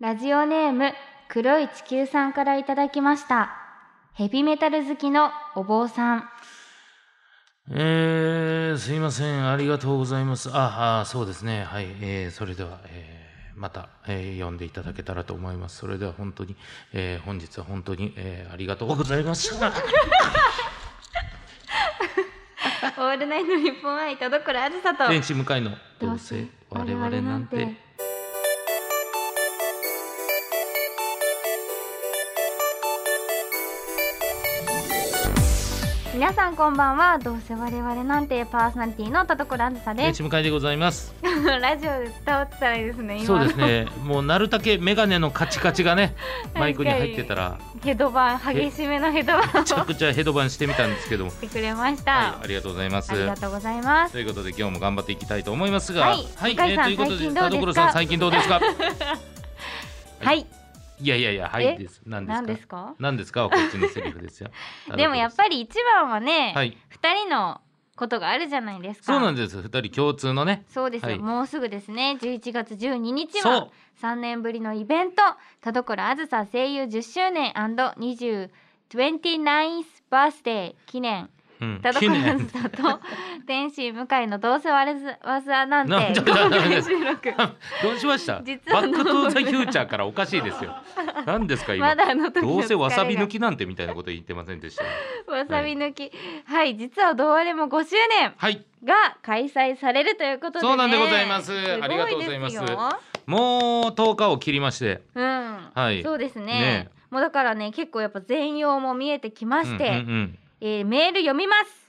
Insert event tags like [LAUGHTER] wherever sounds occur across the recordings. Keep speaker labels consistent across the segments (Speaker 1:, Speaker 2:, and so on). Speaker 1: ラジオネーム黒い地球さんからいただきましたヘビメタル好きのお坊さん
Speaker 2: えー、すいません、ありがとうございます。ああ、そうですね、はい、えーそれでは、えーまた、えー読んでいただけたらと思います。それでは本当に、えー本日は本当に、えーありがとうござい
Speaker 1: [LAUGHS]
Speaker 2: ました。
Speaker 1: オールナイト日本愛田所あずさと
Speaker 2: 天使向かいの、どうせ我々なんて。
Speaker 1: 皆さんこんばんはどうせ我々なんてパーソナリティの田所あずさ
Speaker 2: 天
Speaker 1: です
Speaker 2: 使向かいでございます。
Speaker 1: ラジオで伝わってたらいいですね今
Speaker 2: そうですね、もうなるだけメガネのカチカチがね、マイクに入ってたら、
Speaker 1: ヘドバン激しめのヘドバンを
Speaker 2: めちゃ
Speaker 1: し
Speaker 2: くちゃヘドバンしてみたんです
Speaker 1: [LAUGHS]
Speaker 2: けども、
Speaker 1: てくれました、
Speaker 2: はい、ありがとうございます
Speaker 1: あ。りがとうございます
Speaker 2: ということで今日も頑張っていきたいと思いますが、
Speaker 1: はい向井さん
Speaker 2: ということで
Speaker 1: 最近どうですか
Speaker 2: 田所さん最近どうですか？
Speaker 1: は
Speaker 2: はいいやいやいやはい
Speaker 1: え
Speaker 2: です。何
Speaker 1: 何
Speaker 2: で
Speaker 1: ですす
Speaker 2: か？
Speaker 1: か
Speaker 2: 何ですかはこっちのセリフですよ。
Speaker 1: [LAUGHS] でもやっぱり一番はね、
Speaker 2: はい
Speaker 1: 二人のことがあるじゃないですか
Speaker 2: そうなん
Speaker 1: で
Speaker 2: です。二人共通のね。
Speaker 1: すそうですよ、
Speaker 2: はい
Speaker 1: もうすぐですね11月12日
Speaker 2: そ
Speaker 1: は
Speaker 2: う
Speaker 1: 3年ぶりのイベント田所あずさ声優10周年 &20 29th バースデー記念 [LAUGHS]
Speaker 2: うん
Speaker 1: 田所あずさと [LAUGHS] 天使向かいのどうせわれわざなんて
Speaker 2: なんちょっと
Speaker 1: 公
Speaker 2: ダメで
Speaker 1: 開 [LAUGHS]
Speaker 2: す
Speaker 1: 収録
Speaker 2: どうしました？バ
Speaker 1: 実はあ
Speaker 2: ッ
Speaker 1: の
Speaker 2: クトゥーザフューチャーからおかしいですよ。何ですか
Speaker 1: ま
Speaker 2: 今？
Speaker 1: だあの時の
Speaker 2: どうせわさび抜
Speaker 1: き
Speaker 2: きなんてみたいなこと言ってませんでした。
Speaker 1: わさび抜きはい、実はどうあれも5周年
Speaker 2: はい。
Speaker 1: が開催されるということで、ね、
Speaker 2: そうなんでございます
Speaker 1: ごですよ
Speaker 2: ありがとうございますもう10日を切りまして。
Speaker 1: うん、
Speaker 2: はい
Speaker 1: そうですね
Speaker 2: ね
Speaker 1: もうだからね結構やっぱ全容も見えてきまして、
Speaker 2: うんうんうん。
Speaker 1: えーメール読みます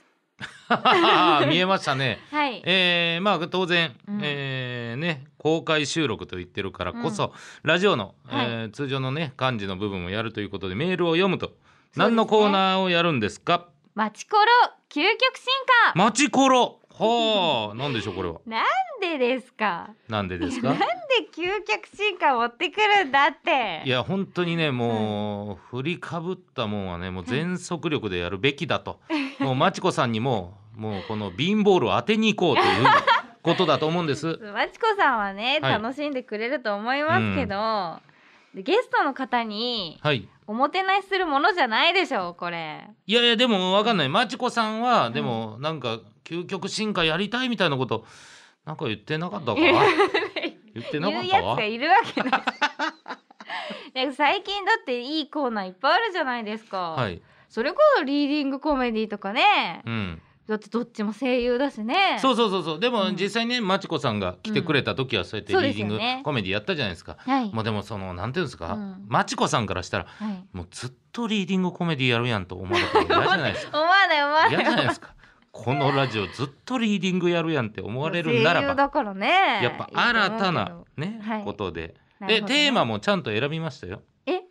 Speaker 2: 見えましたね。
Speaker 1: はい
Speaker 2: えーまあ当然、
Speaker 1: うん
Speaker 2: えーね公開収録と言ってるからこそ、ラジオの、
Speaker 1: はい
Speaker 2: えー通常のね漢字の部分をやるということでメールを読むと、
Speaker 1: すね
Speaker 2: 何のコーナーをやるんですか
Speaker 1: 「マチコロ究極進化」
Speaker 2: マチコロはあなんでしょうこれは
Speaker 1: なんでですか
Speaker 2: なんでで
Speaker 1: [LAUGHS]
Speaker 2: す
Speaker 1: な
Speaker 2: か
Speaker 1: んで究極進化持ってくるんだって
Speaker 2: いや本当にねもう、振りかぶったもんはねもう全速力でやるべきだと、もうマチコさんにももうこのビンボールを当てに行こうということだと思うんです。
Speaker 1: マチコさんはね、
Speaker 2: はい
Speaker 1: 楽しんでくれると思いますけど、でゲストの方に
Speaker 2: はい
Speaker 1: おもてなしするものじゃないでしょうこ [LAUGHS] れ
Speaker 2: いやいやでもわかんないマチコさんは
Speaker 1: ん
Speaker 2: でもなんか究極進化やりたいみたいなことなんか言ってなかったか
Speaker 1: 言
Speaker 2: 言
Speaker 1: わ
Speaker 2: ってな
Speaker 1: 言
Speaker 2: か
Speaker 1: う
Speaker 2: っ
Speaker 1: や
Speaker 2: た
Speaker 1: つ
Speaker 2: わ
Speaker 1: がいるわけ
Speaker 2: [LAUGHS]
Speaker 1: ないいや最近だっていいコーナーいっぱいあるじゃないですか、
Speaker 2: はい
Speaker 1: それこそリーディングコメディとかね
Speaker 2: うん
Speaker 1: だってどっちも声優だしね
Speaker 2: そううそうそうそうでも
Speaker 1: うん
Speaker 2: 実際ねマチコさんが来てくれた時はそうやってリ
Speaker 1: そうで
Speaker 2: ー
Speaker 1: す
Speaker 2: ディ
Speaker 1: よね
Speaker 2: ングコメディやったじゃないですか
Speaker 1: はい、
Speaker 2: もうでもそのなんていうんですか
Speaker 1: うん
Speaker 2: マチコさんからしたら
Speaker 1: はい、
Speaker 2: もうずっとリーディングコメディやるやんと思われたら嫌じ
Speaker 1: [LAUGHS]
Speaker 2: ゃないですか
Speaker 1: 思わない思わない
Speaker 2: 嫌じゃないですかこのラジオずっとリーディングやるやんって思われるな
Speaker 1: 声
Speaker 2: ら
Speaker 1: 優
Speaker 2: ば
Speaker 1: だからね
Speaker 2: やっぱ新たな
Speaker 1: は
Speaker 2: ね
Speaker 1: い
Speaker 2: ことで
Speaker 1: なる
Speaker 2: で
Speaker 1: ほどね
Speaker 2: テーマもちゃんと選びましたよテ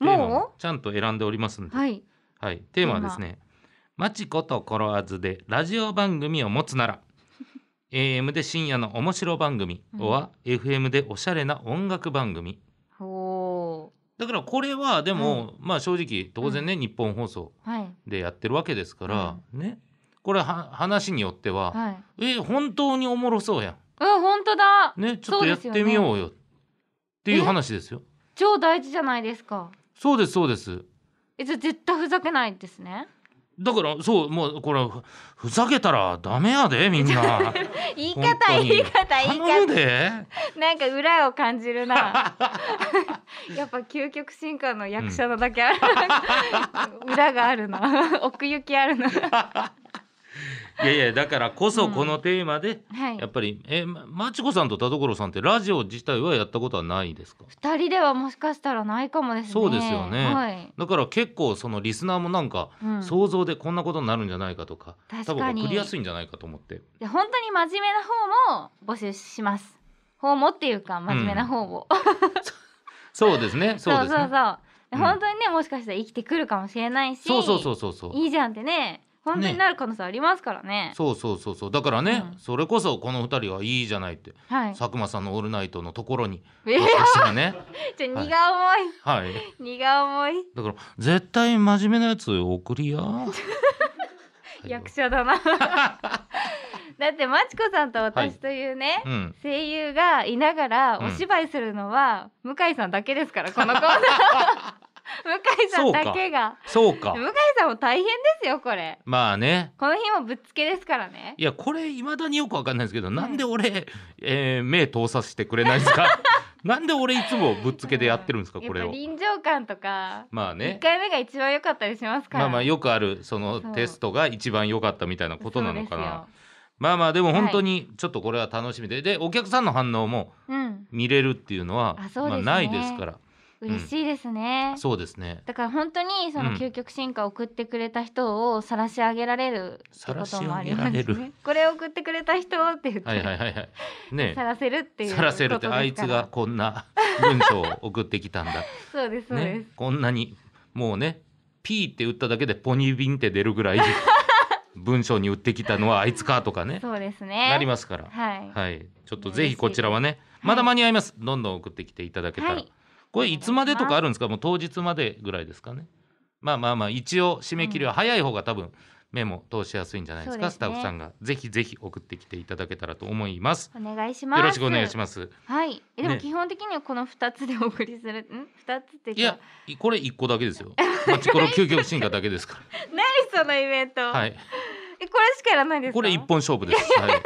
Speaker 2: ーマ
Speaker 1: も
Speaker 2: ちゃんと選んでおりますんで、
Speaker 1: う
Speaker 2: はい
Speaker 1: はい
Speaker 2: テーマはですね「マチコとコロアズでラジオ番組を持つな [LAUGHS] ら」AM で深夜の面白番組
Speaker 1: うん
Speaker 2: は、FM でおしゃれな音楽番組
Speaker 1: お
Speaker 2: だからこれはでも、まあ正直当然ね、日本放送
Speaker 1: ーはい
Speaker 2: でやってるわけですから、ねこれは話によっては、
Speaker 1: はい
Speaker 2: え本当におもろそうや
Speaker 1: うん本当だ
Speaker 2: んねちょっとやってみようよっていう話ですよ。
Speaker 1: 超大事じゃないですか
Speaker 2: そうですそうです
Speaker 1: えじゃあ絶対ふざけないですね
Speaker 2: だからそうもうこれふふざけたらダメやでみん
Speaker 1: [LAUGHS]
Speaker 2: な。
Speaker 1: 言い
Speaker 2: 本当
Speaker 1: 方
Speaker 2: に
Speaker 1: 言い方言い
Speaker 2: 頼
Speaker 1: 方
Speaker 2: むで
Speaker 1: なんか裏を感じる [LAUGHS] な。やっぱ究極進化の役者のだけある、裏があるな。 [LAUGHS] 奥行きあるな。はい
Speaker 2: やいやだからこそ
Speaker 1: うん
Speaker 2: このテーマで、やっ
Speaker 1: い。
Speaker 2: ぱりえままちこさんと田所さんってラジオ自体はやったことはないですか
Speaker 1: 二人ではもしかしたらないかもですね。
Speaker 2: そうですよね
Speaker 1: はい。
Speaker 2: だから結構そのリスナーもなんか
Speaker 1: うん、
Speaker 2: 想像でこんなことになるんじゃないかとか、
Speaker 1: 確
Speaker 2: 多分
Speaker 1: かに
Speaker 2: 送りやすいんじゃないかと思って
Speaker 1: で本当に真面目な方も募集します。方もっていうか真面目な方を。
Speaker 2: そうですねそう
Speaker 1: そう
Speaker 2: です
Speaker 1: そう
Speaker 2: ね
Speaker 1: そう。
Speaker 2: うん
Speaker 1: 本当にねもしかしたら生きてくるかもしれないし。
Speaker 2: そうそうそうそうそう
Speaker 1: いいじゃんってね。本当になる可能性ありますからね。
Speaker 2: そうそうそうそうだからね、
Speaker 1: うん
Speaker 2: それこそこの二人はいいじゃないって、
Speaker 1: はい。
Speaker 2: 佐久間さんの「オールナイト」のとこ
Speaker 1: [LAUGHS]
Speaker 2: ろに
Speaker 1: えー、
Speaker 2: 私がね
Speaker 1: ちょ
Speaker 2: は
Speaker 1: 荷
Speaker 2: い
Speaker 1: が重い。
Speaker 2: はい
Speaker 1: 荷が重い。
Speaker 2: だから絶対真
Speaker 1: [LAUGHS]
Speaker 2: 面目なやつ送りや [LAUGHS]
Speaker 1: 役者だな。だってマチコさんと私というね、
Speaker 2: うん。
Speaker 1: 声優がいながら
Speaker 2: うん
Speaker 1: お芝居するのは向井さんだけですから、このコ
Speaker 2: [LAUGHS]
Speaker 1: ーナー向井さんだけが
Speaker 2: そうか
Speaker 1: 向。井さんも大変ですよこれ
Speaker 2: まあね。
Speaker 1: この日もぶっつけですからね
Speaker 2: いやこれいまだによくわかんないですけど、なんで俺、えー目通させてくれないんで
Speaker 1: [LAUGHS]
Speaker 2: すかなんで俺いつもぶっつけでやってるんですか、
Speaker 1: や
Speaker 2: こ
Speaker 1: っぱ
Speaker 2: れを
Speaker 1: 臨場感とか
Speaker 2: まあ
Speaker 1: 一、
Speaker 2: ね
Speaker 1: 回目が一番良かったりしますから
Speaker 2: まあまあよくあるその
Speaker 1: そう
Speaker 2: テストが一番良かったみたいなことなのかな
Speaker 1: そ
Speaker 2: まあまあでも本当にちょっとこれは楽しみで、でお客さんの反応も
Speaker 1: うですようん
Speaker 2: 見れるっていうのは
Speaker 1: あそうですね
Speaker 2: まあ、ないですから
Speaker 1: 嬉しいですね、
Speaker 2: そうですね
Speaker 1: だから本当にその
Speaker 2: うん
Speaker 1: 究極進化を送ってくれた人を晒し上げられるってこともあります
Speaker 2: 晒し上げられ
Speaker 1: ね。これを送ってくれた人をって言って、
Speaker 2: はいはいはいはい
Speaker 1: [LAUGHS]
Speaker 2: ね
Speaker 1: 晒せるっていう
Speaker 2: さらせるって
Speaker 1: こと
Speaker 2: あ
Speaker 1: で
Speaker 2: い
Speaker 1: す
Speaker 2: つ
Speaker 1: から
Speaker 2: がこんな文章を送ってきたんだ
Speaker 1: そう [LAUGHS] ですそうです、
Speaker 2: ね、こんなにもうね「P」って打っただけで「ポニビン」って出る
Speaker 1: [LAUGHS]
Speaker 2: ぐらい文章に打ってきたのはあいつかとかね
Speaker 1: そうですね
Speaker 2: なりますから、
Speaker 1: はい、
Speaker 2: はい、ちょっとぜひこちらはねまだ間に合います、どんどん送ってきていただけたら、
Speaker 1: はい
Speaker 2: これいつまでとかあるんですかもう当日までぐらいですかねまあまあまあ一応締め切りは早い方が多分目も通しやすいんじゃないですか
Speaker 1: そうですね
Speaker 2: スタッフさんがぜひぜひ送ってきていただけたらと思います。
Speaker 1: お願いします
Speaker 2: よろしくお願いします。
Speaker 1: はいえでも
Speaker 2: ね
Speaker 1: 基本的にはこの二つでお送りするん二つっていうか
Speaker 2: いや、いこれ一個だけ
Speaker 1: [LAUGHS]
Speaker 2: ですよ。マチコロ究極進化だけですか
Speaker 1: 何そのイベント、 [LAUGHS]
Speaker 2: ら。はい。
Speaker 1: えこれしかやらないんですか
Speaker 2: これ一本勝負です。
Speaker 1: [LAUGHS]
Speaker 2: はい。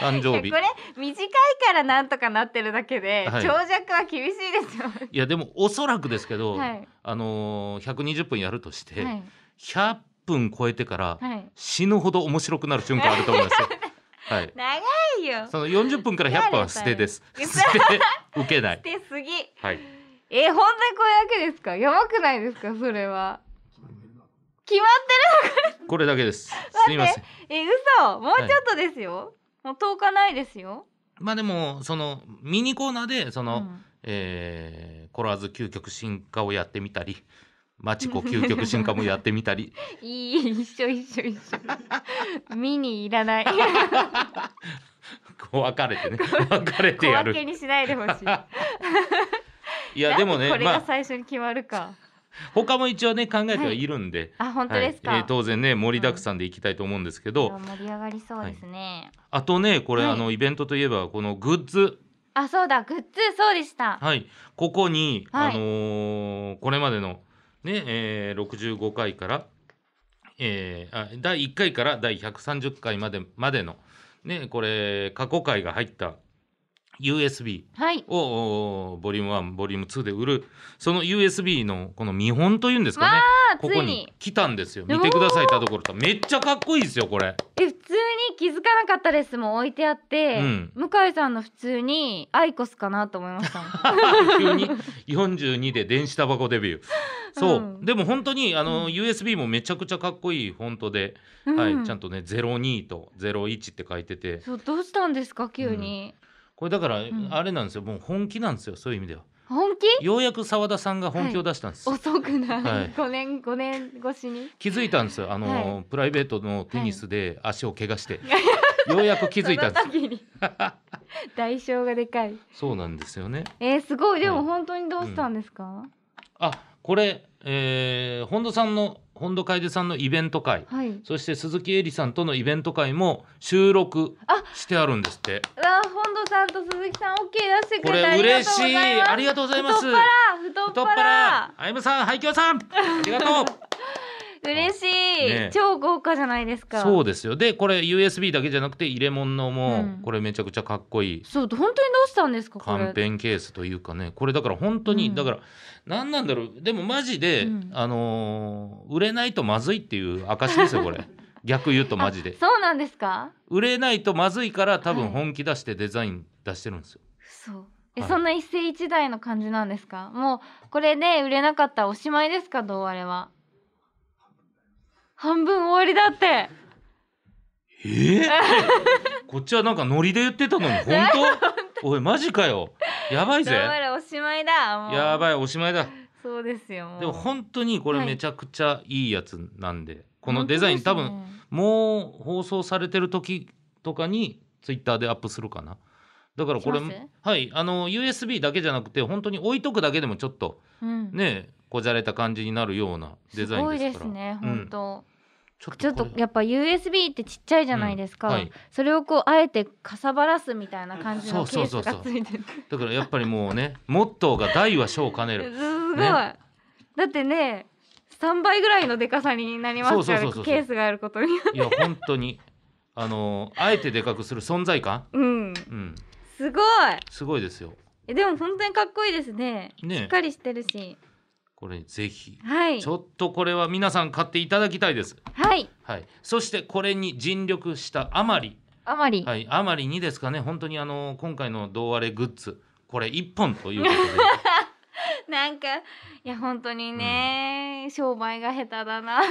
Speaker 2: 誕生
Speaker 1: い
Speaker 2: 日。い
Speaker 1: やこれ短いからなんとかなってるだけで、
Speaker 2: はい
Speaker 1: 長尺は厳しいですよ
Speaker 2: やでもおそらくですけど、
Speaker 1: はい
Speaker 2: あのー、120分やるとして、
Speaker 1: はい
Speaker 2: 100分超えてから
Speaker 1: はい
Speaker 2: 死ぬほど面白くなる瞬間あると思
Speaker 1: [LAUGHS]
Speaker 2: いますよ。はい。
Speaker 1: 長いよ
Speaker 2: その40分から100分は捨て
Speaker 1: [LAUGHS]
Speaker 2: です。
Speaker 1: 誰
Speaker 2: 捨て受けない。
Speaker 1: で過ぎ
Speaker 2: はい。
Speaker 1: え本当にこれだけですかやばくないですかそれは決ま
Speaker 2: これだ
Speaker 1: [LAUGHS]
Speaker 2: けです。す
Speaker 1: って
Speaker 2: みません。
Speaker 1: ってえ嘘もうちょっとですよ、もう10日ないですよ
Speaker 2: まあでもそのミニコーナーでその、
Speaker 1: うん
Speaker 2: えー、コラーズ究極進化をやってみたりマチコ究極進化もやってみたり [LAUGHS]
Speaker 1: いい一緒一緒一緒ミニいらない
Speaker 2: こう分かれ
Speaker 1: [LAUGHS]
Speaker 2: てね分かれて
Speaker 1: 小
Speaker 2: や
Speaker 1: 分
Speaker 2: る
Speaker 1: けにしないでほし
Speaker 2: [LAUGHS]
Speaker 1: い
Speaker 2: いやでもね
Speaker 1: なんこれが
Speaker 2: まあ
Speaker 1: 最初に決まるか、
Speaker 2: 他も一応ね考えてははいいるんで、
Speaker 1: あ本当
Speaker 2: はい
Speaker 1: ですか、
Speaker 2: えー当然ね盛りだくさんでいきたいと思うんですけど、
Speaker 1: いや盛り上がりそうですね、
Speaker 2: あとねこれ、
Speaker 1: はい
Speaker 2: あのイベントといえばこのグッズ
Speaker 1: あそうだグッズそうでした
Speaker 2: はいここに、
Speaker 1: はい
Speaker 2: あのーこれまでのね、えー、65回から、えーあ第1回から第130回までまでのねこれ過去回が入った USB
Speaker 1: はい
Speaker 2: をおーボリューム1ボリューム2で売るその USB のこの見本というんですかね
Speaker 1: わあつ
Speaker 2: ここ
Speaker 1: い
Speaker 2: に
Speaker 1: に
Speaker 2: 来たんですよ
Speaker 1: おー
Speaker 2: 見てください田所さんめっちゃかっこいいですよこ
Speaker 1: え
Speaker 2: れ
Speaker 1: 普通に気づかなかったですもん置いてあって、
Speaker 2: うん
Speaker 1: 向井さんの普通にアイコスかなと思いましたもん
Speaker 2: 急に42で電子タバコデビューそう、
Speaker 1: うん
Speaker 2: でも本当にあ
Speaker 1: う
Speaker 2: の
Speaker 1: ん
Speaker 2: USB もめちゃくちゃかっこいいフォントで、 [LAUGHS] はい、ちゃんとね02と01って書いてて
Speaker 1: そうどうしたんですか急に、
Speaker 2: これだから
Speaker 1: ん
Speaker 2: あれなんですよ、もう本気なんですよそういう意味では
Speaker 1: 本気
Speaker 2: ようやく澤田さんが本気を出したんです、
Speaker 1: 遅くない、
Speaker 2: はい
Speaker 1: 5年5年越しに
Speaker 2: 気づいたんですよあの、
Speaker 1: は
Speaker 2: プライベートのテニスで足を怪我して、ようやく気づいたんで [LAUGHS]
Speaker 1: その時に代償がでかい
Speaker 2: すそうなんですよね
Speaker 1: えー、すごいで
Speaker 2: は
Speaker 1: も
Speaker 2: い
Speaker 1: 本当にどうしたんですか、
Speaker 2: あこれ、えー本田さんの本田楓さんのイベント会
Speaker 1: はい。
Speaker 2: そして鈴木恵里さんとのイベント会も収録
Speaker 1: あ
Speaker 2: してあるんですって。
Speaker 1: うわ本堂さんと鈴木さんオッケー出してく
Speaker 2: こ
Speaker 1: れて
Speaker 2: れ嬉しい。あ
Speaker 1: あ
Speaker 2: り
Speaker 1: りが
Speaker 2: がとう
Speaker 1: とう
Speaker 2: ご
Speaker 1: ご
Speaker 2: ざ
Speaker 1: ざ
Speaker 2: い
Speaker 1: い
Speaker 2: ま。
Speaker 1: ますす。太っ腹太っ腹
Speaker 2: あゆむさん、はいきょうさん。ありがとう。
Speaker 1: 嬉しい、
Speaker 2: ね
Speaker 1: 超豪華じゃないですか。
Speaker 2: そう
Speaker 1: う
Speaker 2: ですよ。で、これ USB だけじゃなくて入れ物
Speaker 1: う
Speaker 2: も、
Speaker 1: ん
Speaker 2: これめちゃくちゃかっこいい。
Speaker 1: そう本当にどうしたんですかこ
Speaker 2: カ
Speaker 1: れ。
Speaker 2: ンペンケースというかねこれだから本当に、
Speaker 1: うん
Speaker 2: だから何なんだろうでもマジで、
Speaker 1: うん
Speaker 2: あのー売れないとまずいっていう証ですよこれ逆言うとマジで
Speaker 1: あそうなんですか。
Speaker 2: 売れないとまずいから多分
Speaker 1: はい
Speaker 2: 本気出してデザイン出してるんですよ、
Speaker 1: そう。え、
Speaker 2: はい
Speaker 1: そんな一世一代の感じなんですか。もうこれで売れなかったらおしまいですかどうあれは。半分終わりだって。
Speaker 2: えーこっちはなんかノリで言ってた
Speaker 1: [LAUGHS]
Speaker 2: のに本当おいマジかよやばい
Speaker 1: どうあ
Speaker 2: ぜ
Speaker 1: れおしまいだ。もう
Speaker 2: やばいおしまいだ
Speaker 1: そうですよ。もう
Speaker 2: でも本当にこれ
Speaker 1: はい
Speaker 2: めちゃくちゃいいやつなんで、このデザイン、多
Speaker 1: 本当
Speaker 2: 分
Speaker 1: ですね
Speaker 2: もう放送されてる時とかにツイッターでアップするかなだからこれ
Speaker 1: します
Speaker 2: はいあの USB だけじゃなくて本当に置いとくだけでもちょっと
Speaker 1: うん、
Speaker 2: ねこじゃれた感じになるようなデザインです
Speaker 1: ごいです
Speaker 2: から
Speaker 1: ね、本当。
Speaker 2: ちょ
Speaker 1: ちょっとやっぱ USB ってちっちゃいじゃないですか、
Speaker 2: うんはい
Speaker 1: それをこうあえてかさばらすみたいな感じのケ
Speaker 2: そう
Speaker 1: ー
Speaker 2: そ
Speaker 1: ス
Speaker 2: うそう
Speaker 1: が
Speaker 2: そう
Speaker 1: ついてる
Speaker 2: だからやっぱりもうねモットーが大は小を兼ねる
Speaker 1: すごい、
Speaker 2: ね
Speaker 1: だってね3倍ぐらいのでかさになりますから
Speaker 2: そうそうそうそう
Speaker 1: ケースがあることに
Speaker 2: [LAUGHS] いや本当にあのあえてでかくする存在感
Speaker 1: うん
Speaker 2: うん
Speaker 1: すごい
Speaker 2: すごいですよ
Speaker 1: えでも本当にかっこいいですねし
Speaker 2: ね
Speaker 1: っかりしてるし
Speaker 2: これぜひ
Speaker 1: はい
Speaker 2: ちょっとこれは皆さん買っていただきたいです
Speaker 1: はい
Speaker 2: はいそしてこれに尽力したあまり
Speaker 1: あまり、
Speaker 2: はいあまりにですかね本当にあの今回の胴割れグッズこれ一本
Speaker 1: [LAUGHS]
Speaker 2: ということ
Speaker 1: なんかいや本当にね、商売が下手だ
Speaker 2: [LAUGHS]
Speaker 1: な、
Speaker 2: で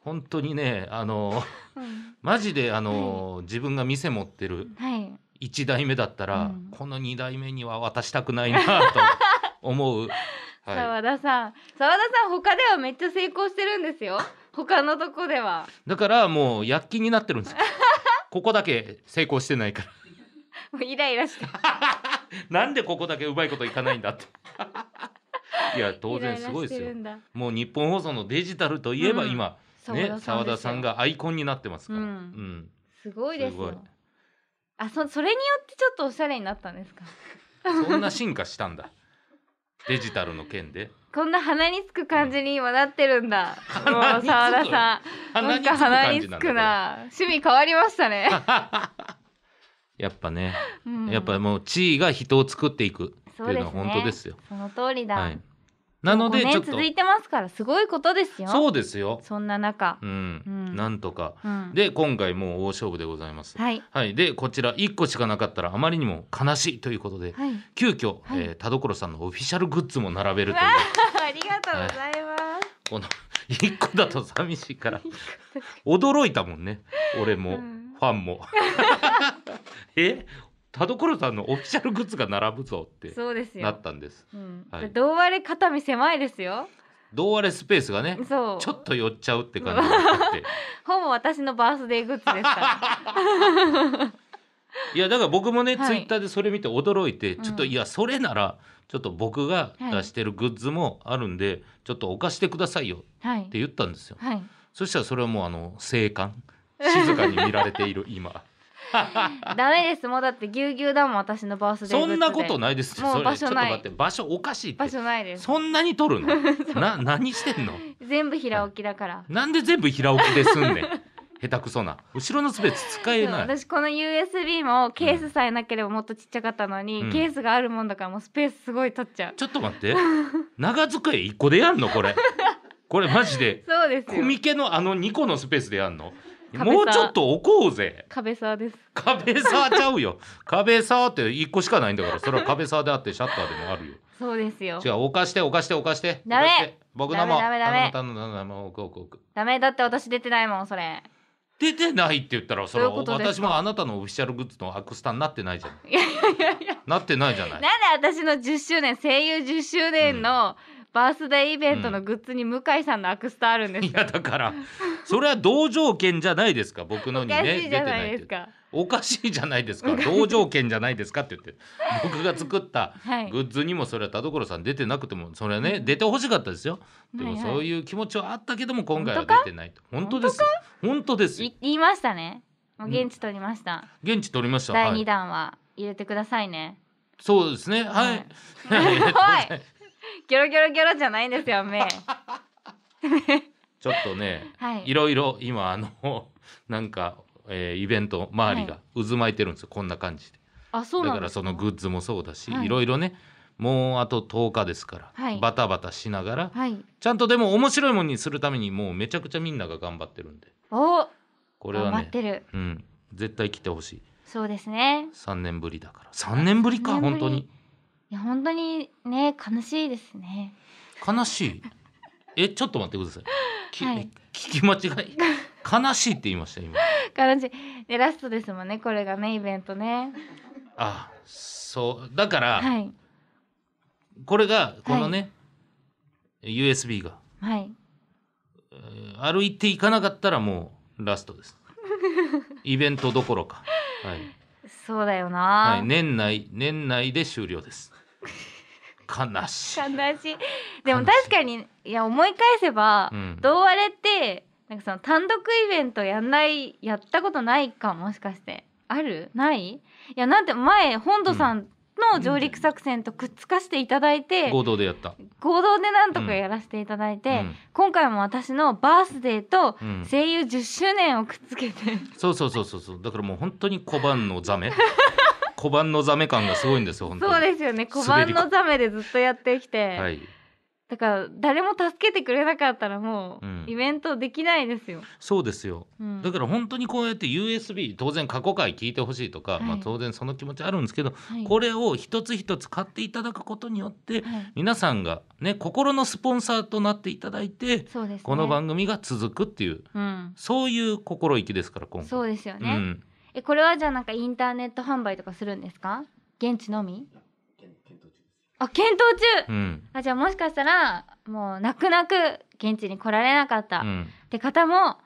Speaker 2: 本当にねあの
Speaker 1: うん
Speaker 2: マジであの、自分が店持ってる
Speaker 1: はい
Speaker 2: 1代目だったら、
Speaker 1: うん
Speaker 2: この2代目には渡したくないなと思
Speaker 1: [LAUGHS]
Speaker 2: う、は、
Speaker 1: 澤田さん澤田さん他ではめっちゃ成功してるんですよ他のとこではい
Speaker 2: だからもう躍起になってるんですよここだけ成功してないか
Speaker 1: も
Speaker 2: ら
Speaker 1: うイライラして
Speaker 2: なんでここだけうまいこといかないんだっていや当然すごいです
Speaker 1: イライラしてる
Speaker 2: よ
Speaker 1: んだ
Speaker 2: もう日本放送のデジタルといえば
Speaker 1: うん
Speaker 2: 今、
Speaker 1: 澤
Speaker 2: ね
Speaker 1: 田さん
Speaker 2: 澤
Speaker 1: で
Speaker 2: 田
Speaker 1: すよ
Speaker 2: さんがアイコンになってますから、
Speaker 1: う
Speaker 2: うんん
Speaker 1: すごいです
Speaker 2: すごい
Speaker 1: よあそそれによってちょっとおしゃれになったんですか
Speaker 2: そんな進化したんだデジタルの件で
Speaker 1: こんな鼻につく感じに今なってるんだもう
Speaker 2: 鼻につく
Speaker 1: 澤田さん [LAUGHS] なんか鼻につ
Speaker 2: こ
Speaker 1: く
Speaker 2: れ
Speaker 1: な趣味変わりましたね、
Speaker 2: やっぱね
Speaker 1: うん
Speaker 2: やっぱもう地位が人を作っていくっていうの
Speaker 1: そうで
Speaker 2: は
Speaker 1: すね
Speaker 2: 本当ですよ。
Speaker 1: その通りだ、
Speaker 2: はい、なので
Speaker 1: 5
Speaker 2: ちょ
Speaker 1: 年
Speaker 2: っと
Speaker 1: 続いてますからすごいことですよ
Speaker 2: そうですよ。
Speaker 1: そんな中
Speaker 2: う、ん、
Speaker 1: うん
Speaker 2: なんとか。
Speaker 1: うん、
Speaker 2: で今回もう大勝負でございます。
Speaker 1: はい
Speaker 2: はい、でこちら1個しかなかったらあまりにも悲しいということで
Speaker 1: はい
Speaker 2: 急遽、
Speaker 1: はい
Speaker 2: えー田所さんのオフィシャルグッズも並べるという
Speaker 1: [LAUGHS] ありがとうございます、
Speaker 2: この [LAUGHS] 1個だと寂しい
Speaker 1: [LAUGHS]
Speaker 2: から驚いたもんね俺も、
Speaker 1: うん
Speaker 2: ファンも。 [LAUGHS] え田所さんのオフィシャルグッズが並ぶぞって
Speaker 1: そうですよ
Speaker 2: なったんです。
Speaker 1: うん
Speaker 2: はい
Speaker 1: 胴割れ肩身狭いですよ
Speaker 2: 胴割れスペースがね
Speaker 1: そう
Speaker 2: ちょっと寄っちゃうって感じがあって
Speaker 1: ほぼ私のバースデーグッズです
Speaker 2: [LAUGHS]
Speaker 1: から
Speaker 2: いやだから僕もね、
Speaker 1: はい
Speaker 2: ツイッターでそれ見て驚いて
Speaker 1: うん
Speaker 2: ちょっと、いやそれならちょっと僕が出してるグッズもあるんで、ちょっとお貸してくださいよっ
Speaker 1: はい
Speaker 2: て言ったんですよ
Speaker 1: はい
Speaker 2: そしたらそれはもうあの静
Speaker 1: [LAUGHS]
Speaker 2: 観静かに見られている今 [LAUGHS]
Speaker 1: ダメですもうだってぎゅうぎゅうだもん私のバースデーグッ
Speaker 2: そ
Speaker 1: ズで
Speaker 2: んなことないですよ
Speaker 1: もう
Speaker 2: それ
Speaker 1: 場所ない
Speaker 2: ちょっと待って場所おかしいっ
Speaker 1: 場
Speaker 2: て
Speaker 1: 所ないです
Speaker 2: そんなに
Speaker 1: [LAUGHS]
Speaker 2: 取るのな何してんの
Speaker 1: 全部平置きだから
Speaker 2: なんで全部平置きで済ん
Speaker 1: [LAUGHS]
Speaker 2: ねん下手くそな後ろのスペース使え
Speaker 1: そう
Speaker 2: ない
Speaker 1: 私この USB もケースさえなければもっとちっちゃかったのに、
Speaker 2: うん
Speaker 1: ケースがあるもんだからもうスペースすごい取っちゃう
Speaker 2: ちょっと待って長机一個でやんのこれこれマジで
Speaker 1: そうです
Speaker 2: コ
Speaker 1: よ
Speaker 2: ミケのあの2個のスペースでやんの
Speaker 1: 壁さ
Speaker 2: もうちょっと置こうぜ
Speaker 1: 壁沢です
Speaker 2: 壁沢ちゃうよ壁沢って1個しかないんだからそれは壁沢であってシャッターでもあるよ
Speaker 1: そうですよ
Speaker 2: 違うお貸してお貸してお貸して
Speaker 1: ダメ
Speaker 2: お貸して僕のも
Speaker 1: ダメダメ
Speaker 2: 頼む頼む頼む頼む置く置く置く
Speaker 1: ダメだって私出てないもんそ
Speaker 2: [LAUGHS]
Speaker 1: れ
Speaker 2: 出てないって言ったらそれ
Speaker 1: どういうことです
Speaker 2: 私もあなたのオフィシャルグッズのアクスタになってないじゃん
Speaker 1: いやいやいや
Speaker 2: なってないじゃない
Speaker 1: なんで私の10周年声優10周年のバースデーイベントのグッズに向井さんのアクスタあるんです
Speaker 2: い
Speaker 1: か、
Speaker 2: やだからそれは同条件じゃないですか僕の
Speaker 1: お
Speaker 2: に
Speaker 1: か
Speaker 2: ね
Speaker 1: しいじゃない
Speaker 2: 出
Speaker 1: です
Speaker 2: てないって
Speaker 1: か
Speaker 2: おかしいじゃないですか同条件じゃないですかって言って僕が作った
Speaker 1: はい
Speaker 2: グッズにもそれは田所さん出てなくてもそれはね出てほしかったですよでも
Speaker 1: はいはい
Speaker 2: そういう気持ちはあったけども今回は
Speaker 1: 本当か
Speaker 2: 出てないと本当ですよ本当ですよ
Speaker 1: い言いましたねもう現地取りました、
Speaker 2: 現地取りました
Speaker 1: 第
Speaker 2: は
Speaker 1: 2
Speaker 2: い
Speaker 1: 弾は入れてくださいね、
Speaker 2: そうですね [LAUGHS] は
Speaker 1: はい
Speaker 2: いありがとうござい [LAUGHS] ます
Speaker 1: ギョロギョロギョロじゃないんですよ
Speaker 2: [LAUGHS]
Speaker 1: 目
Speaker 2: ちょっとね
Speaker 1: はい
Speaker 2: いろいろ今あの [LAUGHS] なんかえーイベント周りが渦巻いてるんですよこんな感じで
Speaker 1: あそう
Speaker 2: だ
Speaker 1: なん
Speaker 2: か
Speaker 1: で
Speaker 2: ら
Speaker 1: す
Speaker 2: そのグッズもそうだし、
Speaker 1: はい
Speaker 2: い、ろいろねもうあと10日ですから、
Speaker 1: はい
Speaker 2: バタバタしながら
Speaker 1: はい
Speaker 2: ちゃんとでも面白いものにするためにもうめちゃくちゃみんなが頑張ってるんで
Speaker 1: お
Speaker 2: これ
Speaker 1: 頑
Speaker 2: は
Speaker 1: 張っ
Speaker 2: ね、
Speaker 1: てる
Speaker 2: うん、絶対来てほしい
Speaker 1: そうですね
Speaker 2: 3年ぶりだから3年ぶりか
Speaker 1: 三年ぶ
Speaker 2: 本
Speaker 1: り
Speaker 2: 当に
Speaker 1: いや本当にね悲しいですね
Speaker 2: 悲しいえちょっと待ってくださいき、
Speaker 1: はい
Speaker 2: 聞き間違い悲しいって言いました今
Speaker 1: 悲しいでラストですもんねこれがねイベントね
Speaker 2: あそうだから、
Speaker 1: はい
Speaker 2: これがこのね、USB が
Speaker 1: はい
Speaker 2: えー歩いていかなかったらもうラスト [LAUGHS] です。イベントどころか。はい。
Speaker 1: そうだよな、
Speaker 2: はい、年内年内で終了です。悲しい。
Speaker 1: 悲しいでも
Speaker 2: 悲しい
Speaker 1: 確かにいや思い返せば、
Speaker 2: うん
Speaker 1: 胴割れってなんかその単独イベントやんないやったことないかもしかしてあるないいやなんて前本土さんの上陸作戦とくっつかせていただいて、
Speaker 2: 合同でやった。
Speaker 1: 合同でなんとかやらせていただいて、
Speaker 2: うん
Speaker 1: 今回も私のバースデーと
Speaker 2: うん
Speaker 1: 声優10周年をくっつけて、
Speaker 2: そうそうそうそうそう。だからもう本当に小判のザ
Speaker 1: [LAUGHS]
Speaker 2: メ。小判のザメ感がすごいんですよ。本当に。
Speaker 1: そうですよね小
Speaker 2: 滑
Speaker 1: 判
Speaker 2: り込
Speaker 1: のザメでずっとやってきて、
Speaker 2: はい。
Speaker 1: だから誰も助けてくれなかったらもう、
Speaker 2: うん
Speaker 1: イベントできないですよ。
Speaker 2: そうですよ。
Speaker 1: うん
Speaker 2: だから本当にこうやって USB 当然過去回聞いてほしいとか、
Speaker 1: はい
Speaker 2: まあ当然その気持ちあるんですけど、
Speaker 1: はい
Speaker 2: これを一つ一つ買っていただくことによって、
Speaker 1: はい
Speaker 2: 皆さんがね心のスポンサーとなっていただいて、
Speaker 1: そうですね、
Speaker 2: この番組が続くっていう
Speaker 1: うん、
Speaker 2: そういう心意気ですから今回。
Speaker 1: そうですよね、
Speaker 2: うん
Speaker 1: えこれはじゃあなんかインターネット販売とかするんですか現地のみあ検討中、
Speaker 2: うん
Speaker 1: あじゃあもしかしたらもう泣く泣く現地に来られなかった、
Speaker 2: う
Speaker 1: っ
Speaker 2: ん
Speaker 1: て方も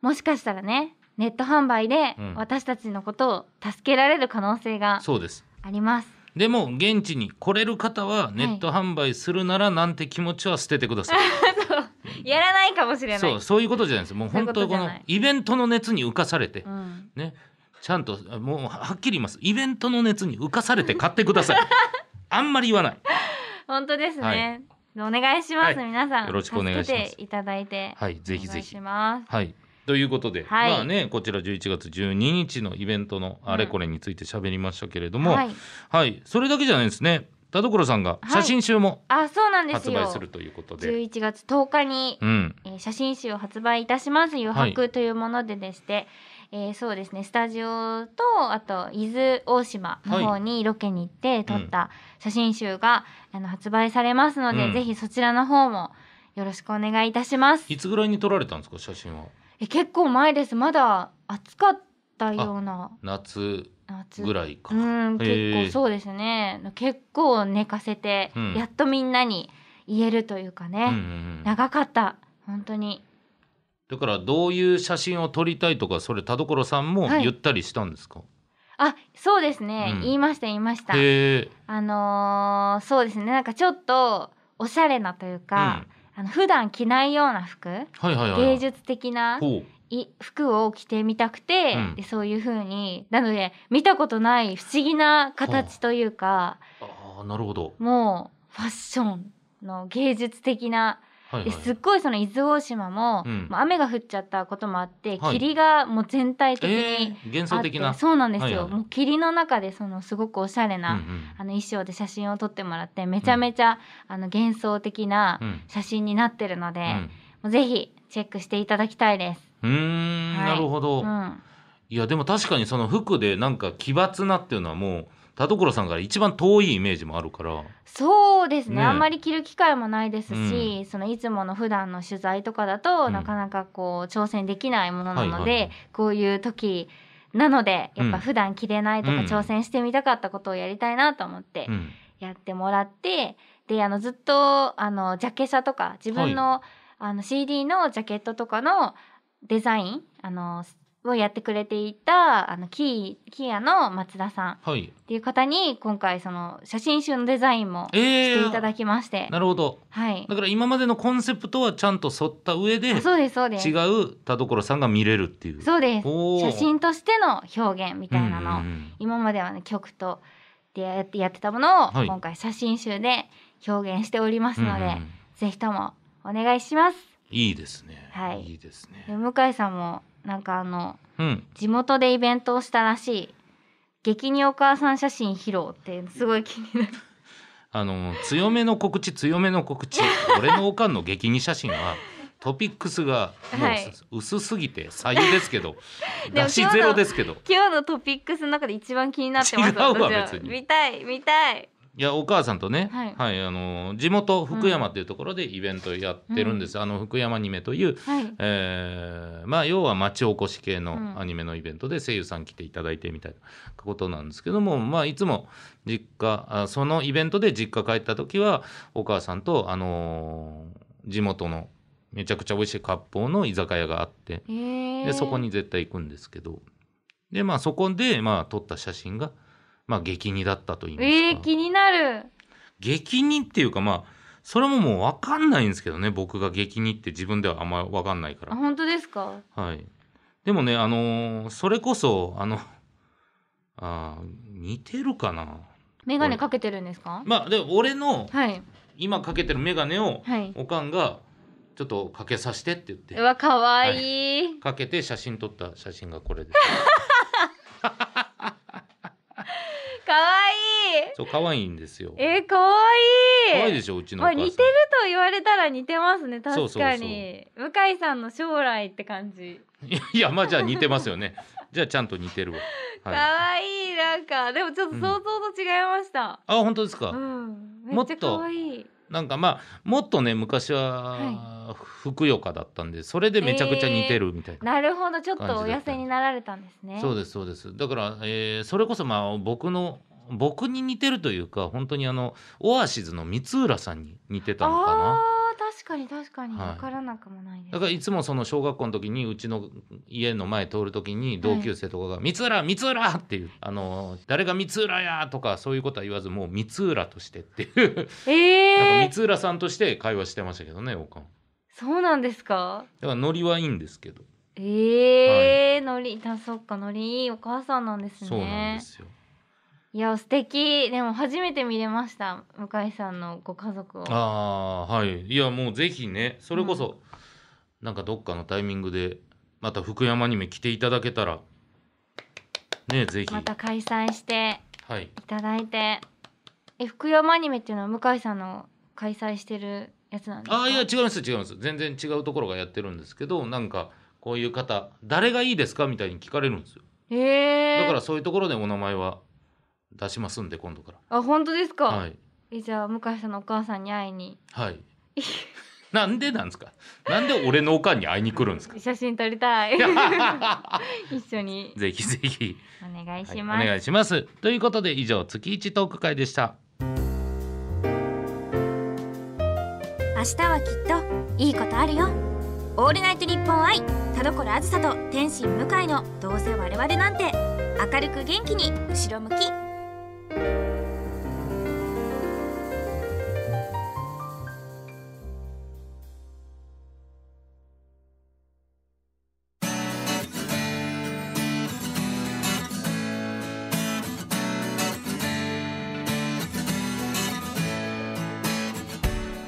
Speaker 1: もしかしたらねネット販売で
Speaker 2: うん
Speaker 1: 私たちのことを助けられる可能性が
Speaker 2: そうです。
Speaker 1: あります、
Speaker 2: でも現地に来れる方はネット販売するならなんて気持ちは捨ててく
Speaker 1: [LAUGHS]
Speaker 2: ださい。
Speaker 1: やらないかもしれない
Speaker 2: そうそういうことじゃないです。もう本当に
Speaker 1: そういうこ
Speaker 2: こ
Speaker 1: とじゃ
Speaker 2: の
Speaker 1: ない
Speaker 2: イベントの熱に浮かされて
Speaker 1: う、ん、
Speaker 2: ねちゃんともうはっきり言います。イベントの熱に浮かされて買ってく
Speaker 1: [LAUGHS]
Speaker 2: ださい。あんまり言わない。
Speaker 1: 本当ですね、お願いします、
Speaker 2: はい
Speaker 1: 皆さん
Speaker 2: よろしくお願いします
Speaker 1: 助けていただいて、
Speaker 2: はいぜひ
Speaker 1: お
Speaker 2: ぜ
Speaker 1: 願い
Speaker 2: ひ
Speaker 1: し。ます
Speaker 2: はい。ということで、
Speaker 1: はい
Speaker 2: まあねこちら11月12日のイベントのあれこれについて喋りましたけれども、
Speaker 1: は
Speaker 2: はい、
Speaker 1: い、
Speaker 2: それだけじゃないですね。田所さんが
Speaker 1: はい
Speaker 2: 写真集も
Speaker 1: あそうなんです
Speaker 2: 発
Speaker 1: よ
Speaker 2: 売するということで、
Speaker 1: 11月10日に、
Speaker 2: うん
Speaker 1: えー写真集を発売いたします余白というものででして、えーそうですねスタジオとあと伊豆大島の方にロケに行って撮った写真集が、あの発売されますので、
Speaker 2: うん
Speaker 1: ぜひそちらの方もよろしくお願いいたします
Speaker 2: いつぐらいに撮られたんですか写真は。
Speaker 1: え結構前ですまだ暑かったような
Speaker 2: 夏
Speaker 1: 夏
Speaker 2: ぐらいか。
Speaker 1: うん
Speaker 2: へー
Speaker 1: 結構そうですね結構寝かせて、
Speaker 2: うん
Speaker 1: やっとみんなに言えるというかね、
Speaker 2: うんうんうん
Speaker 1: 長かった本当に
Speaker 2: だからどういう写真を撮りたいとかそれ田所さんも
Speaker 1: はい
Speaker 2: 言ったりしたんですか、
Speaker 1: あそうですね、
Speaker 2: うん
Speaker 1: 言いました言いました
Speaker 2: へえ、
Speaker 1: あのーそうですねなんかちょっとおしゃれなという
Speaker 2: うん、は
Speaker 1: か、あの普段着ないような服
Speaker 2: いはいはい
Speaker 1: 芸術的な
Speaker 2: ほ
Speaker 1: い服を着てみたくて、
Speaker 2: うん
Speaker 1: でそういう風になので見たことない不思議な形というか
Speaker 2: うああなるほど、
Speaker 1: もうファッションの芸術的な
Speaker 2: はいはい、
Speaker 1: ですっごいその伊豆大島も,、
Speaker 2: うん
Speaker 1: もう雨が降っちゃったこともあって、
Speaker 2: はい
Speaker 1: 霧がもう全体的
Speaker 2: え
Speaker 1: に
Speaker 2: ー、幻想的
Speaker 1: あっ
Speaker 2: な
Speaker 1: てそうなんですよ、
Speaker 2: はいはい
Speaker 1: もう霧の中でそのすごくおしゃれな、
Speaker 2: うん
Speaker 1: あの衣装で写真を撮ってもらってめちゃめちゃ、あの幻想的な
Speaker 2: うんうん
Speaker 1: 写真になってるので、
Speaker 2: うん
Speaker 1: もうぜひチェックしていただきたいです。
Speaker 2: うーん
Speaker 1: はい
Speaker 2: なるほ
Speaker 1: う
Speaker 2: ど、
Speaker 1: ん、
Speaker 2: いやでも確かにその服でなんか奇抜なっていうのはもう田所さんから一番遠いイメージもあるから
Speaker 1: そうですね
Speaker 2: ねえ
Speaker 1: あんまり着る機会もないですし、そのいつもの普段の取材とかだと、
Speaker 2: うん
Speaker 1: なかなかこう挑戦できないものなので、
Speaker 2: はいはいはい
Speaker 1: こういう時なのでやっ
Speaker 2: う
Speaker 1: ぱ
Speaker 2: ん
Speaker 1: 普段着れないとか、
Speaker 2: うん
Speaker 1: 挑戦してみたかったことをやりたいなと思って
Speaker 2: うん
Speaker 1: やってもらってであのずっとあのジャケ写とか自分の,、あの CD のジャケットとかのデザインあのをやってくれていたあのキーキーヤの松田さんっ
Speaker 2: はい
Speaker 1: ていう方に今回その写真集のデザインも
Speaker 2: え
Speaker 1: していただ
Speaker 2: ー、
Speaker 1: きまして、
Speaker 2: なるほど
Speaker 1: はい
Speaker 2: だから今までのコンセプトはちゃんと沿った上で
Speaker 1: あそうですそうです
Speaker 2: 違う田所さんが見れるっていう
Speaker 1: そうです
Speaker 2: お
Speaker 1: 写
Speaker 2: ー
Speaker 1: 真としての表現みたいなのを、
Speaker 2: うんうんうん
Speaker 1: 今まではね曲とでやってやってたものを、
Speaker 2: はい
Speaker 1: 今回写真集で表現しておりますので、
Speaker 2: うんうん
Speaker 1: ぜひともお願いします。
Speaker 2: いいですね。
Speaker 1: はい
Speaker 2: いいですね。
Speaker 1: で向井さんもなんかあの
Speaker 2: うん。
Speaker 1: 地元でイベントをしたらしい激にお母さん写真披露っていうのすごい気になる
Speaker 2: あの強めの告知強めの告
Speaker 1: [LAUGHS]
Speaker 2: 知。俺のおかんの激似写真はトピックスがも
Speaker 1: はいう
Speaker 2: 薄すぎて左右ですけど、
Speaker 1: [LAUGHS] でも
Speaker 2: 出しゼロですけど。
Speaker 1: 今日のトピックスの中で一番気になってます
Speaker 2: [LAUGHS] 違うわ
Speaker 1: 私は
Speaker 2: 別に
Speaker 1: 見たい見たい
Speaker 2: いやお母さんとね、
Speaker 1: は
Speaker 2: はいい、あの地元福山っていうところでイベントやってるんです。あの福山アニメという。
Speaker 1: はい
Speaker 2: えーまあ要は町おこし系
Speaker 1: うん
Speaker 2: のアニメのイベントで声優さん来ていただいてみたいなことなんですけども、まあ、いつも実家あそのイベントで実家帰った時はお母さんと、あのー地元のめちゃくちゃ美味しい割烹の居酒屋があって
Speaker 1: えー
Speaker 2: でそこに絶対行くんですけどで、まあ、そこで、まあ、撮った写真が、まあ、激似だったと言いますか。
Speaker 1: えー、気になる
Speaker 2: 激似っていうかまあそれももう分かんないんですけどね僕が激にって自分ではあんま分かんないか
Speaker 1: あ
Speaker 2: ら、
Speaker 1: 本当ですか
Speaker 2: はい、でもねあのーそれこそあのあー似てるかな
Speaker 1: メガネかけてるんですか
Speaker 2: まあでも俺の
Speaker 1: はい
Speaker 2: 今かけてる眼鏡を
Speaker 1: はい
Speaker 2: おかんがちょっとかけさせてって言っ
Speaker 1: う
Speaker 2: て
Speaker 1: わ可愛いい、
Speaker 2: かけて写真撮った写真がこれです
Speaker 1: [LAUGHS] 可愛いい
Speaker 2: そう可愛いんですよ
Speaker 1: えー、可愛いい
Speaker 2: 可愛いでしょうちのお
Speaker 1: まあ
Speaker 2: 母さん
Speaker 1: 似てると言われたら似てますね
Speaker 2: そう
Speaker 1: 確
Speaker 2: そうそう
Speaker 1: かに向井さんの将来って感じ
Speaker 2: いやいやまあじゃあ似てますよねじゃあちゃんと似てるわ、はい、あ
Speaker 1: 可愛いいなんかでもちょっと想像と違いました、
Speaker 2: 本当ですか、
Speaker 1: うん、め
Speaker 2: も
Speaker 1: っ
Speaker 2: っ
Speaker 1: ち
Speaker 2: と
Speaker 1: ゃ可愛い
Speaker 2: なんかまあもっとね昔はふくよかだったんでそれでめちゃくちゃ似てるみたいな、
Speaker 1: なるほどちょっとお
Speaker 2: 感じだ
Speaker 1: 痩
Speaker 2: った
Speaker 1: せになられたんですね
Speaker 2: そうですそうですだから、えーそれこそまあ僕の僕に似てるというか本当にあのオアシズの光浦さんに似てたのかな
Speaker 1: あー確かに確かに
Speaker 2: はい
Speaker 1: 分からなくもないです、
Speaker 2: だからいつもその小学校の時にうちの家の前通る時に同級生とかが「光浦光浦!」っていうあの「誰が光浦や!」とかそういうことは言わずもう光浦としてっていうな
Speaker 1: え
Speaker 2: ん
Speaker 1: ー
Speaker 2: か、三浦さんとして会話してましたけどね、おかん。
Speaker 1: そうなんですか
Speaker 2: だからノリはいいんですけど、
Speaker 1: ええー、のりあそっかのりいいお母さんなんですね
Speaker 2: そうなんですよ。
Speaker 1: いや素敵でも初めて見れました向井さんのご家族を
Speaker 2: ああ、はい。いや、もうぜひね、それこそ、なんかどっかのタイミングで、また福山アニメ来ていただけたら、ね、ぜひ。
Speaker 1: また開催して
Speaker 2: はい。
Speaker 1: いただいてえ福山アニメっていうのは向井さんの開催してるやつなんですか
Speaker 2: ああ、いや、違います、違います。全然違うところがやってるんですけど、なんか、こういう方、誰がいいですかみたいに聞かれるんですよ。
Speaker 1: ええー、
Speaker 2: だからそういうところでお名前は出しますんで、今度から。
Speaker 1: あ本当ですか、
Speaker 2: はい。
Speaker 1: えじゃあ向井さんのお母さんに会いに
Speaker 2: はい。なんでなんですか。なんで俺のおかんに会いに来るんですか。 [LAUGHS]
Speaker 1: 写真撮りたい [LAUGHS] 一緒に
Speaker 2: ぜひぜひ、
Speaker 1: お願い
Speaker 2: はい
Speaker 1: し
Speaker 2: お
Speaker 1: ます、
Speaker 2: 願いします。ということで以上月一トーク会でした。
Speaker 3: 明日はきっといいことあるよオールナイトニッポン愛田所あずさと天心向井のどうせ我々なんて明るく元気に後ろ向き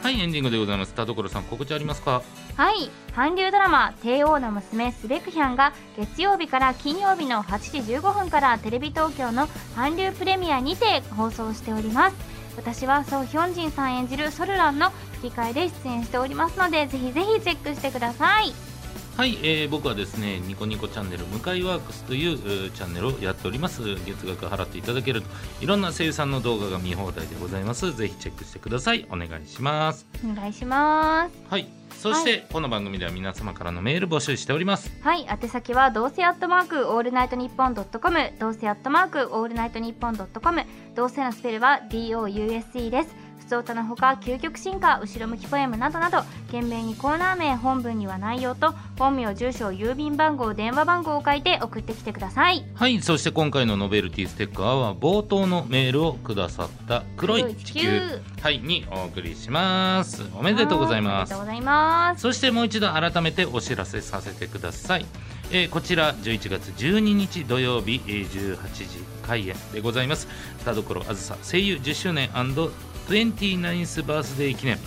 Speaker 2: はいエンディングでございます。田所さん告知ありますか。
Speaker 1: はい韓流ドラマ「帝王の娘スベクヒャン」が月曜日から金曜日の8時15分からテレビ東京の韓流プレミアにて放送しております私はソ・ヒョンジンさん演じるソルランの吹き替えで出演しておりますのでぜひぜひチェックしてください
Speaker 2: はい、えー僕はですねニコニコチャンネル向かいワークスというえーチャンネルをやっております。月額払っていただけるといろんな声優さんの動画が見放題でございます。ぜひチェックしてください。お願いします。
Speaker 1: お願いします
Speaker 2: はい。そして、この番組では皆様からのメール募集しております。
Speaker 1: はい、宛先はどうせアットマークオールナイトニッポンドットコム、どうせアットマークオールナイトニッポンドットコム、どうせのスペルは D O U S E です。普通歌のほか究極進化、後ろ向きポエムなどなど、懸命にコーナー名、本文には内容と本名、住所、郵便番号、電話番号を書いて送ってきてください。
Speaker 2: はいそして今回のノベルティステッカーは冒頭のメールをくださった黒い地球はいにお送りしますお
Speaker 1: お
Speaker 2: めでとうございま
Speaker 1: ありが
Speaker 2: す
Speaker 1: とうございます。
Speaker 2: そしてもう一度改めてお知らせさせてください、えーこちら11月12日土曜日えー18時開演でございます田所あずさ声優10周年 &29th バースデー記念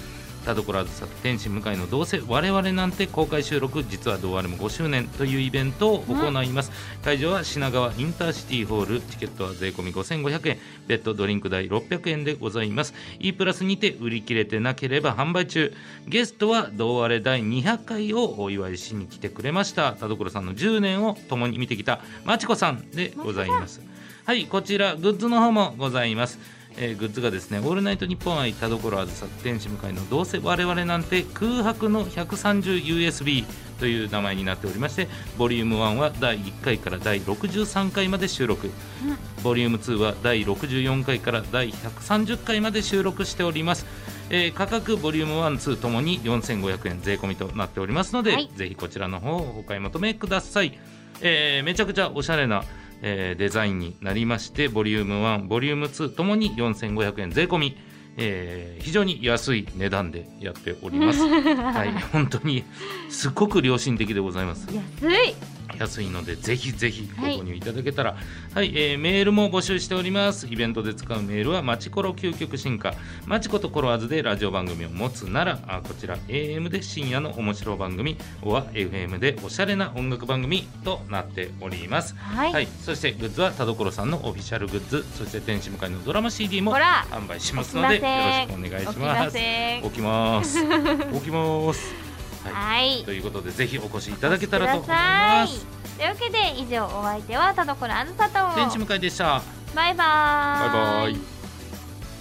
Speaker 2: 田所あずさと天使向井のどうせ我々なんて公開収録実はどうあれも5周年というイベントを行います、会場は品川インターシティホールチケットは税込み5500円別途ドリンク代600円でございます E プラスにて売り切れてなければ販売中ゲストは「どうあれ第200回」をお祝いしに来てくれました田所さんの10年を共に見てきたまちこさんでございますはいこちらグッズの方もございますえーグッズがですね「オールナイトニッポン愛田所あずさ天使向かいのどうせ我々なんて空白の 130USB」という名前になっておりましてボリューム1は第1回から第63回まで収録ボリューム2は第64回から第130回まで収録しております、えー価格ボリューム12ともに4500円税込みとなっておりますので、
Speaker 1: はい
Speaker 2: ぜひこちらの方をお買い求めください、えーめちゃくちゃおしゃれな、えーデザインになりましてボリューム1ボリューム2ともに4500円税込みえー非常に安い値段でやっております。はい、本当にすっごく良心的でございます。
Speaker 1: 安い
Speaker 2: 安いのでぜひぜひご購入いただけたら、はいえーメールも募集しておりますイベントで使うメールはマチコロ究極進化マチコとコロワーズでラジオ番組を持つならあこちら AM で深夜の面白番組は FM でおしゃれな音楽番組となっております
Speaker 1: はい、
Speaker 2: はい、そしてグッズは田所さんのオフィシャルグッズそして天使向かいのドラマ CD も
Speaker 1: ほら
Speaker 2: 販売しますので
Speaker 1: 起
Speaker 2: よ
Speaker 1: きま
Speaker 2: ろしくお願い
Speaker 1: 起
Speaker 2: し
Speaker 1: きま
Speaker 2: ます
Speaker 1: せん
Speaker 2: 起きます
Speaker 1: [LAUGHS]
Speaker 2: 起きますは
Speaker 1: はい
Speaker 2: いということでぜひお越しいただけたらと思い
Speaker 1: くださ
Speaker 2: ま
Speaker 1: い
Speaker 2: す
Speaker 1: というわけで以上お相手は田所あずさと
Speaker 2: 天使向かいでした
Speaker 1: バイバーイ
Speaker 2: バイバイ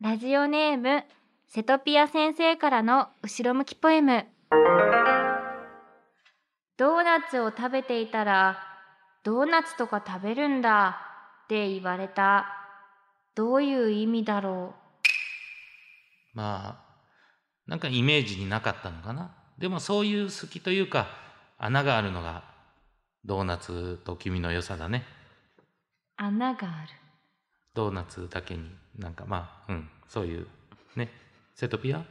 Speaker 1: ラジオネームセトピア先生からの後ろ向きポエムドーナツを食べていたらドーナツとか食べるんだって言われたどういう意味だろ
Speaker 2: まあなんかイメージになかったのかなでもそういう隙というか穴があるのがドーナツと君の良さだね
Speaker 1: う穴がある
Speaker 2: ドーナツだけになんかまあうんそういうねセトピア